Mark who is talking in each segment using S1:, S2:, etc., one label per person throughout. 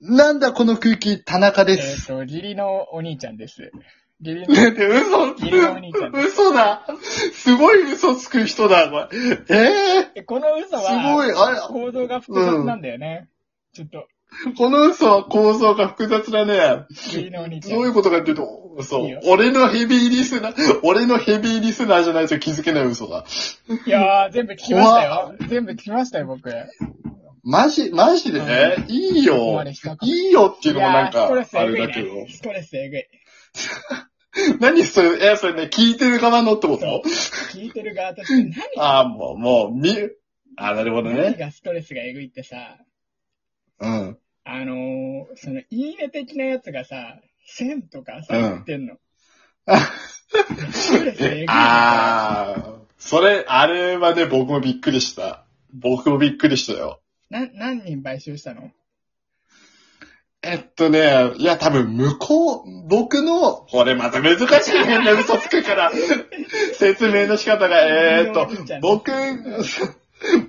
S1: なんだこの空気、田中で
S2: えっ、
S1: す。
S2: と、義理のお兄ちゃんです。義理の、
S1: ねえ、嘘
S2: 義理のお兄ちゃんで
S1: 嘘だすごい嘘つく人だ、お前。え
S2: えこの嘘
S1: すごいあれ
S2: は、行動が複雑なんだよね。ちょっと、
S1: えこの嘘は構造が複雑だね。
S2: 義理のお兄ちゃ
S1: ど
S2: ん。
S1: ういうことかっていうと、
S2: い
S1: 嘘
S2: いよ。
S1: 俺のヘビーリスナー、俺のヘビーリスナーじゃないと気づけない嘘だ。
S2: いやー、全部聞きましたよ。全部聞きましたよ、僕。
S1: マジ、マジでね、いい
S2: ここ
S1: よ
S2: まで。来たか
S1: いいよっていうのもなん
S2: い
S1: か、
S2: やーストレス
S1: あ
S2: えぐ
S1: れ
S2: い
S1: だけど。
S2: ね。ストレスえぐい。
S1: 何それ、え、それね、聞いてる側のってこと
S2: 聞いてる側として
S1: ああ、もう、もう、み、ああ、なるほど
S2: 何、何
S1: ね。
S2: がストレスがえぐいってさ、
S1: うん。
S2: あのー、その、いいね的なやつがさ、1000とかさ、
S1: うん
S2: 言ってんの。
S1: あ
S2: ストレスえぐい ね。
S1: ああ、それ、あれはね、僕もびっくりした。僕もびっくりしたよ。
S2: な、何人買収したの
S1: えっとね、いや、多分、向こう、僕の、これまた難しい変な嘘つく から、説明の仕方が、えー、っと、僕、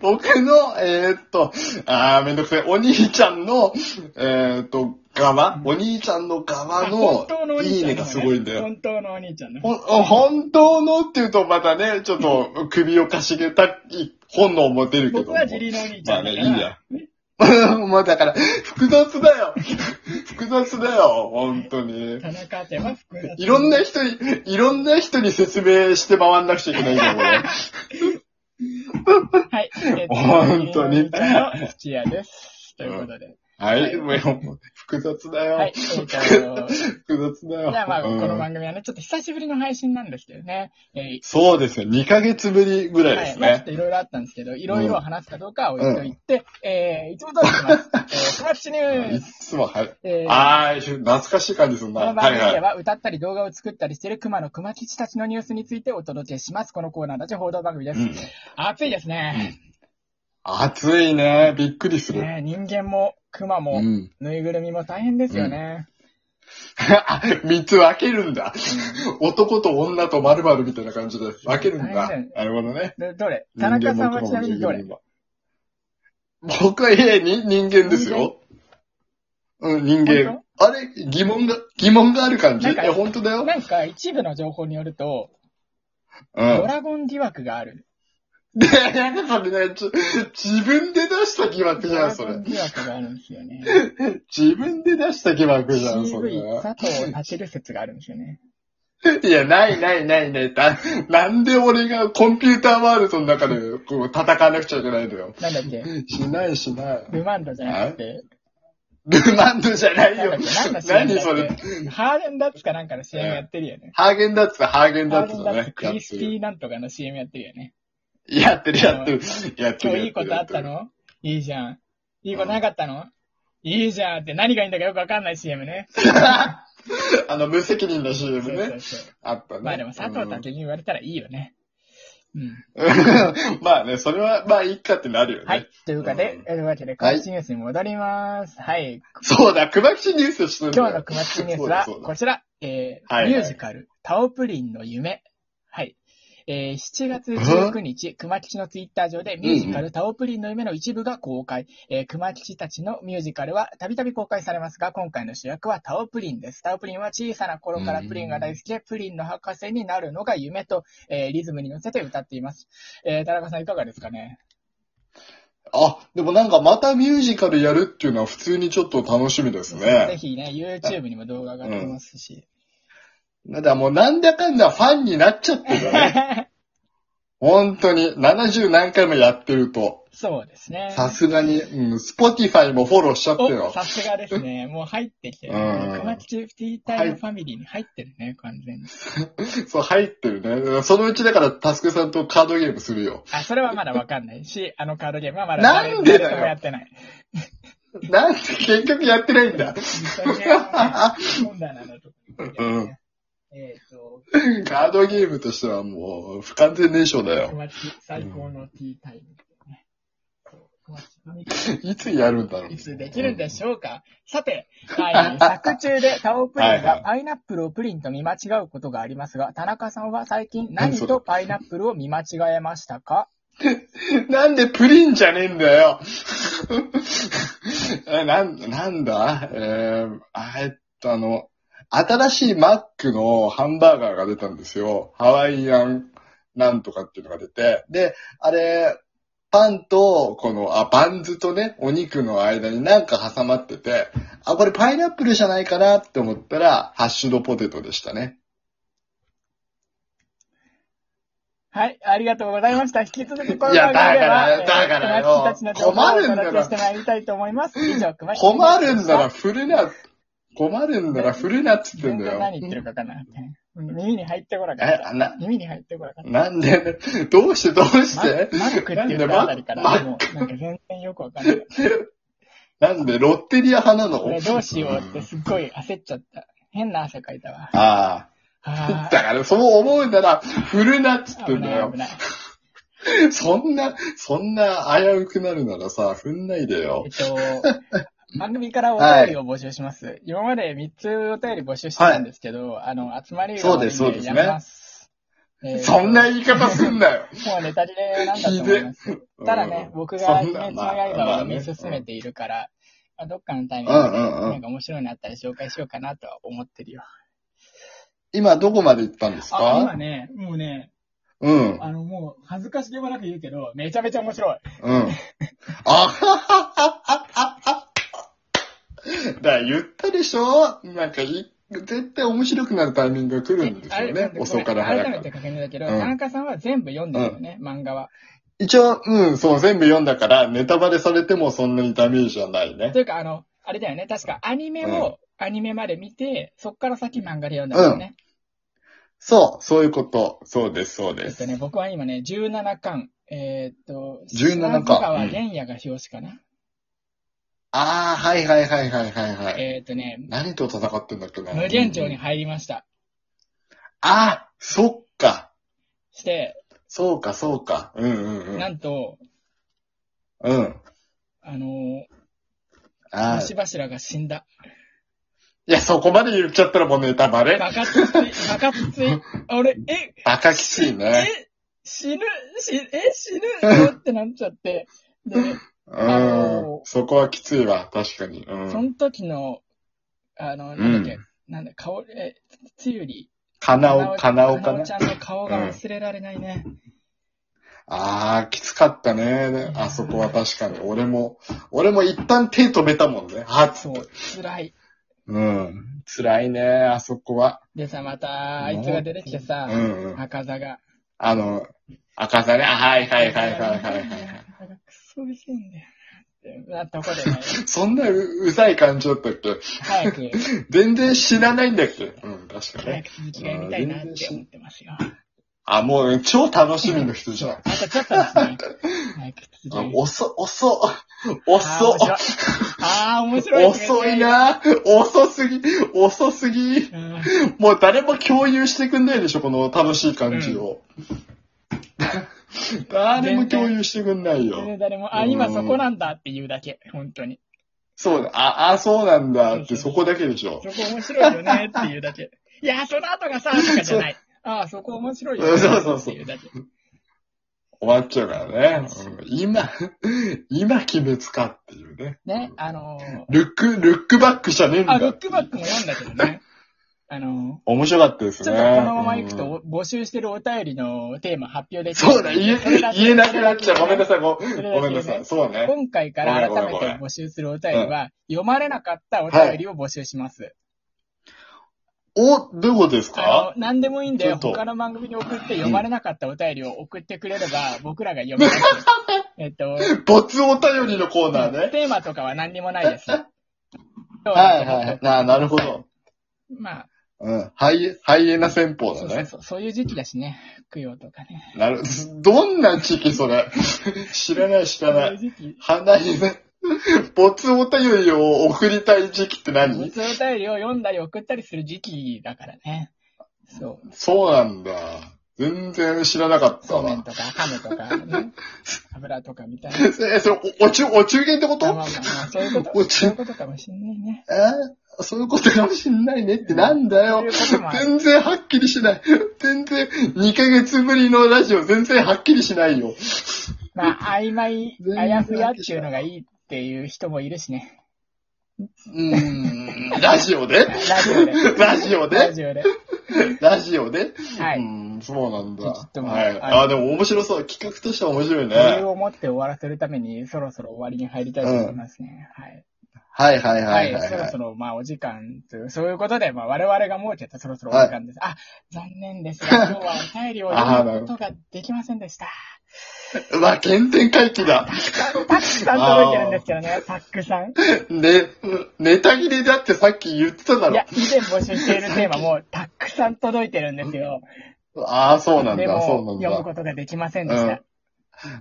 S1: 僕の、えー、っと、あー、めんどくさい、お兄ちゃんの、えー、っと、側、お兄ちゃんの側
S2: 本当のお
S1: の、
S2: 兄
S1: いい
S2: ち
S1: ねが
S2: ゃんの方ね、
S1: すごいんだよ。
S2: 本当のお兄ちゃんの方。
S1: ほ本当のって言うとまたね、ちょっ と首をかしげたい本能も出るけど
S2: 僕
S1: も。
S2: は義理のお兄ち
S1: ま
S2: ゃ
S1: あ
S2: んだ
S1: ね、い
S2: から。
S1: いや。 もうだから、複雑だよ。 複雑だよ、本当に。
S2: 田中家は複雑。
S1: いろんな人に、いろんな人に説明して回んなくちゃいけないんだよ、 俺。
S2: はい。
S1: 本当に
S2: えっと義理のお兄ちゃんの土屋です。ということで。
S1: はい、もう複雑だよ。
S2: はい。えっと、
S1: 複雑だよ。
S2: じゃあまあ、こ
S1: うん
S2: の番組はね、ちょっと久しぶりの配信なんですけどね。えー
S1: そうですよ、2ヶ月ぶりぐらい
S2: は
S1: で
S2: い。
S1: す
S2: まあ、ちょっ
S1: ね。
S2: といろいろあったんですけど、いろいろ話すかどうかは置いといて、えー、いつも通り行きます。えー、トラッチニュ
S1: い
S2: ース。
S1: つも、はい。
S2: えー
S1: あー、懐かしい感じするな。
S2: この
S1: は
S2: 番
S1: い
S2: 組
S1: は
S2: で
S1: い。
S2: は歌ったり動画を作ったりしている熊の熊吉たちのニュースについてお届けします。このコーナーたち報道番組で
S1: う
S2: す。
S1: ん
S2: 暑いですね。
S1: 暑いね。びっくりする。
S2: ね人間も熊
S1: う
S2: も
S1: ん。
S2: ぬいぐるみも大変ですよね。
S1: あ三つ分けるんだ。男と女と〇〇みたいな感じで分けるん
S2: 大
S1: だ
S2: 変。
S1: なるほどね。
S2: でどれ田中さんはちなみにどれ
S1: 人間も熊も人間も僕は、いえ、に人間ですよ。うん、人間
S2: 本。
S1: あれ疑問が、疑問がある感じ
S2: ないんか
S1: や、本当だよ。
S2: なんか一部の情報によると、
S1: う
S2: ド
S1: ん。
S2: ラゴン疑惑がある。
S1: で、それね、ちょ自分で出した疑惑
S2: ド
S1: じゃ
S2: ラ
S1: ん、そ
S2: ゴン
S1: れ。
S2: 疑惑があるんですよね。
S1: 自分で出した疑惑じゃん、そ
S2: 渋
S1: れ。
S2: い佐藤立る説があるんですよね。
S1: いや、ないないないない。だなんで俺がコンピューターワールドの中でこう戦わなくちゃいけないのよ。
S2: なんだっけ
S1: しないしない。
S2: ルマンドじゃなくて、
S1: ルマンドじゃないよ
S2: なんだっけなんだっ。け
S1: 何それ。
S2: ハーレンダッツかなんかの CM やってるよね。
S1: ハーゲンダッツだ、ハーゲン
S2: ハ
S1: ダッ
S2: ーレ
S1: ツ
S2: ン
S1: だ
S2: ダ
S1: ね
S2: ッツ。ク
S1: やっ
S2: リ
S1: て
S2: ス
S1: る。
S2: ピーなんとかの CM やってるよね。
S1: やってる、やってる。やって
S2: 今
S1: る。
S2: 日いいことあった
S1: や
S2: のいいじゃん。いいことなかったのいいじゃんって何がいいんだかよくわかんない CM ね。
S1: ってるあの、無責任な
S2: そう
S1: CM
S2: そう
S1: ね。
S2: そう。
S1: あったね。
S2: まあでも佐藤
S1: うん
S2: 健に言われたらいいよね。うん。
S1: まあね、それは、まあいいかってなるよね。
S2: はい。というかで、というわけで、
S1: はい
S2: 熊吉ニュースに戻ります。はい。
S1: そうだ、熊吉ニュースしてるんだ
S2: 今
S1: よ
S2: 日の熊吉ニュー
S1: そ
S2: スは
S1: うだそうだ
S2: こちら、えー
S1: はいはい
S2: ミュージカル、タオプリンの夢。はい。えー7月19日、熊吉のツイッター上でミュージカ
S1: うん
S2: ル、タオプリンの夢の一部が公開。えー熊吉たちのミュージカルはたびたび公開されますが、今回の主役はタオプリンです。タオプリンは小さな頃からプリンが大好きで、プリンの博士になるのが夢と、えーリズムに乗せて歌っています。えー田中さんいかがですかね
S1: あ、でもなんかまたミュージカルやるっていうのは普通にちょっと楽しみですね
S2: ぜ。ひね、YouTube にも動画が上がってますし。
S1: だからもうなんだかんだファンになっちゃってるよ ね。本当に、70何回もやってると、
S2: そうですね。
S1: さすがに、うん、スポティファイもフォローしちゃって
S2: お、
S1: よ。
S2: さすがですね。もう入ってきてる、
S1: うん
S2: 熊吉フティータイムファミリーに入ってるね、完全に。
S1: そう、入ってるね。そのうちだから、タスクさんとカードゲームするよ。
S2: あ、それはまだわかんない し、あのカードゲームはまだ
S1: なんでだよ
S2: 誰ともやっ てない。
S1: なんで結局やってないん だ。
S2: 本棚のとこに
S1: うん
S2: えっ、と、
S1: カードゲームとしてはもう、不完全燃焼だよ。
S2: 熊吉最高のティータイム、ね。そう熊吉ファミリー
S1: いつやるんだろう。
S2: いつできるんでしょうか、さて、はい、作中でタオプリンがパイナップルをプリンと見間違うことがありますが、田中さんは最近何とパイナップルを見間違えましたか
S1: なんでプリンじゃねえんだよ。え え、なん、なんだえー、あえっと、あの、新しいマックのハンバーガーが出たんですよ。ハワイアンなんとかっていうのが出て。で、あれ、パンと、この、あ、バンズとね、お肉の間になんか挟まってて、あ、これパイナップルじゃないかなって思ったら、ハッシュドポテトでしたね。
S2: はい、ありがとうございました。引き続きこの
S1: いや
S2: 番組では、
S1: だからだからよ
S2: えー熊吉たちの情報を
S1: 困るんだろ
S2: お届けしてまいりたいと思います。以上、熊吉でした
S1: 困るんなら振るな、困るんなら振るなっつってん
S2: 全
S1: だ
S2: 然
S1: よ。
S2: 何言ってるか分かんなくて。うん耳に入ってこなか
S1: え
S2: っ、
S1: あ
S2: た。
S1: な、
S2: 耳に入ってこなかった。
S1: なんで、どうしてどうし
S2: マ
S1: て
S2: マックって言ったあたりから、もう、なんか全然よくわかんない。
S1: なんで、ロッテリア派なの
S2: 俺どうしようってすっごい焦っちゃった。変な汗かいたわ。
S1: ああ。
S2: あ
S1: だから、そう思うなら、振るなっつっ
S2: ー
S1: て
S2: 危
S1: んだ
S2: ない
S1: よ
S2: 危。ない。
S1: そんな、そんな危うくなるならさ、振んないでよ
S2: えっ。と、 番組からお便りを募集します。今まで3つお便り募集してたんですけど、あの、集まりが
S1: そうです
S2: 多いん
S1: そうですね
S2: やめます。えー
S1: そんな言い方すんなよ。
S2: もうネタ切れなんだと思います。ただね、
S1: うん
S2: 僕が
S1: そ
S2: 鬼
S1: んな
S2: 滅の
S1: まあま
S2: 刃
S1: あ
S2: を
S1: ね
S2: 見進めているから、まあどっかのタイミン
S1: う
S2: グ
S1: ん
S2: で、
S1: うんう
S2: なん
S1: ん。
S2: か面白いのあったら紹介しようかなとは思ってるよ。
S1: 今、どこまで行ったんです
S2: あ、今
S1: か
S2: ね、もうね、
S1: うん。
S2: あのもう恥ずかしげもなく言うけど、めちゃめちゃ面白い。
S1: うん。あははははは。だから言ったでしょなんかい、絶対面白くなるタイミングが来るんですよね。遅から早
S2: 改め
S1: か
S2: て
S1: ら。
S2: 確認だけど、
S1: うん
S2: 田中さんは全部読んでるよね、漫画は。
S1: 一応、うん、そう、全部読んだから、ネタバレされてもそんなにダメージはない ね
S2: と。いうか、あの、あれだよね、確かアニメを、アニメまで見て、そっから先漫画で読んだんだよね。
S1: そう、そういうこと。そうです、そう
S2: え
S1: で
S2: っと
S1: す。
S2: ね、僕は今ね、17巻、えーっと、
S1: 17巻
S2: 島津川
S1: うん
S2: 玄也が表紙かな。
S1: ああ、はいはいはいはいはいはい。
S2: えーっとね、
S1: 何と戦ってんだっけな
S2: 無限城に入りました。
S1: ああ、そっか。
S2: して、
S1: そうか、そうか。うんうんう。
S2: なんんと、
S1: うん。
S2: あのー、
S1: ああ。
S2: 虫柱が死んだ。
S1: いや、そこまで言っちゃったらもうネタバレ。
S2: 爆 発つい、爆発つい。俺、え、
S1: バカきついね。
S2: え、死ぬ、死、え、死 ぬってなっちゃって。で、
S1: う
S2: あの
S1: ん。そこはきついわ、確かに。う
S2: そ
S1: ん。
S2: の時の、あの、なんだっけ、
S1: う
S2: なんだ、顔、え、つゆり。
S1: かなお、かなおか
S2: な
S1: な
S2: おち。ゃんの顔が忘れられないね。
S1: ああ、きつかったね。あそこは確かに。俺も、俺も一旦手止めたもんね。はっつ
S2: そ
S1: って
S2: う、辛い。
S1: うん。辛いね、あそこは。
S2: でさ、また、あいつが出てきて
S1: う
S2: さ、
S1: んうん。
S2: 赤座が。
S1: あの、赤座ね。あ、はいはいはいはいはいはい。
S2: 赤座がクソうるせえんだよな。ってなったことでね、
S1: そんなううざい感じだったっけ
S2: 早く、
S1: 全然知らないんだっけうん、確か
S2: 早
S1: ね。
S2: く続きが読みたいなって思ってますよ。
S1: あ、もう超楽しみの人じゃん。
S2: あとちょっとですね。早く続きが
S1: あ
S2: 読みたい。
S1: 遅、遅、遅、
S2: あー面白いあー、面白いですね。
S1: 遅いな遅すぎ、遅すぎ。
S2: うん。
S1: もう誰も共有してくんないでしょ、この楽しい感じを。 誰も共有してくんない
S2: 全然
S1: よ。
S2: 誰も、あ、今そこなんだって言うだけ、本当に。
S1: そうだ、あ、あ、そうなんだって、そこだけでしょ。
S2: そこ面白いよねっていうだけ。 いや、その後がさ、とかじゃない。あ あ、そこ面白いよね
S1: そうそう
S2: って
S1: そう
S2: いうだけ。
S1: 終わっちゃうからね。うん今、 今決めつかっていうね。
S2: ね、あのー、
S1: ルック、ルックバックじゃねえんだ。
S2: あ、ルックバックも読んだけどね。 あの
S1: 面白かったです
S2: ー、
S1: ね。
S2: ちょっとこのままいく
S1: うん
S2: と、募集してるお便りのテーマ発表できない
S1: そうだ、言え、言えなくなっちゃう。ごめんなさい、ごごめんなさい。そうだね。
S2: 今回から改めて募集するお便りは、読まれなかったお便りを募集します。
S1: お、どういうことですか
S2: あの、何でもいいん
S1: ち
S2: で、
S1: ょっと
S2: 他の番組に送って読まれなかったお便りを送ってくれれば、僕らが読みます。えっと、
S1: 没お便りのコーナーね。
S2: テーマとかは何にもないです。
S1: はいはい。な、なるほど。
S2: まあ、
S1: うん。ハイ、ハイエナ戦法
S2: そう
S1: だ
S2: そう
S1: ね。
S2: そう、そういう時期だしね。供養とかね。
S1: なる、どんな時期それ 知らない知
S2: そう
S1: らないい。
S2: う時期。
S1: 花にね、没お便りを送りたい時期って何
S2: そういうお便りを読んだり送ったりする時期だからね。そ
S1: そうなんだ。全然知らなかっ
S2: う。
S1: た
S2: そうめん
S1: わ。
S2: とか、ハムとか、 ね、油とかみたいな。
S1: え、それ、お、お中、お中元ってこ
S2: まあまあま
S1: と
S2: あ、そういうこと、
S1: おち
S2: そういうことかもしんないね。
S1: えーそういうことかもしんないねってなんだよ
S2: そういうこともあ。る
S1: 全然はっきりしない。全然、2ヶ月ぶりのラジオ全然はっきりしないよ。
S2: まあ、曖昧、あやふやっていうのがいいっていう人もいるしね。
S1: うーん、ラジオで
S2: ラジオで。
S1: ラジオ
S2: ラ
S1: で
S2: ジオで。
S1: ラジオで
S2: は
S1: う
S2: い。
S1: ん、そうなんだ。
S2: ちょっともう
S1: はい。
S2: あの
S1: あー、でも面白そう。企画としては面白い
S2: 理由
S1: ね。
S2: を持って終わらせるために、そろそろ終わりに入りたいと思いますね。はい。
S1: はいはいは
S2: はいい、
S1: はい
S2: そろ
S1: は
S2: そ
S1: い。
S2: ろ、まあ、お時間という、そういうことで、まあ、我々が設けたそろそろお時間です。あ、残念です が。今日はお便りを読むことができませんでした。
S1: うわ、原点回帰だ。
S2: たくさん届いてるんですけどね、たくさん。い
S1: ね、ネタ切れだってさっき言ってただろ
S2: や、。以前募集しているテーマも、たくさん届いてるんですよ。
S1: ああ、 そうなん
S2: で
S1: だ、
S2: も、
S1: そうなん
S2: 読む
S1: だ。
S2: ことができませんでした。
S1: うん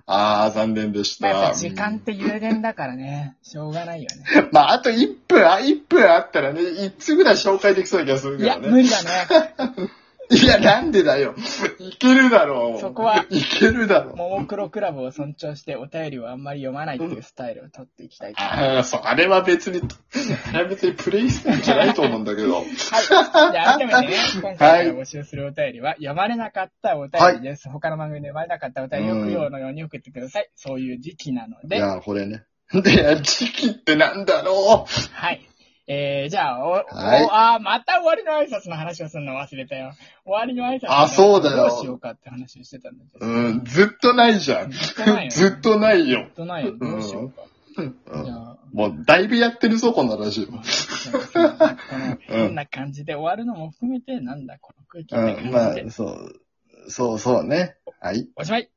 S1: ああ、残念でし。
S2: まあ、やったぱ時間って有限だからね、しょうがないよね。
S1: まあ、あと1分、あ、1分あったらね、1つぐらい紹介で きそうな気がする
S2: い
S1: か
S2: や、
S1: ら
S2: 無
S1: ね。
S2: 理だね。
S1: いや、なんでだよ。いけるだろう。
S2: そこは。
S1: いけるだろう。
S2: ももクロクラブを尊重して、お便りをあんまり読まないっていうスタイルを取っていきたいと思います。
S1: ああ、そう、あれは別に、あれは別にプレイスタイルじゃないと思うんだけど。
S2: はい。じゃあ、改めてね、今回から募集するお便りは、読まれなかったお便りです。他の番組で読まれなかったお便りを供養のように送ってください。そういう時期なの
S1: い
S2: で、
S1: や、これね。で、時期ってなんだろう。
S2: はい。えー、じゃあ、お、
S1: はい
S2: おあーまた終わりの挨拶の話をするの忘れたよ。終わりの挨拶の話
S1: あそうだよ
S2: どうしようかって話をしてたんだけど。
S1: うん、ずっとないじゃん。
S2: ずっとないよ。
S1: ずっとないよ
S2: ずっ。とないよ。どうしようか。
S1: う
S2: じゃ
S1: ん
S2: あ、
S1: もう、だいぶやってるぞ、このラジオ。
S2: そうですねこの変な感じで終わるのも含めて、なんだ、この空気って
S1: う
S2: 感
S1: ん、ま
S2: じで
S1: あ、。そう。そうそうね。はい。
S2: おしまい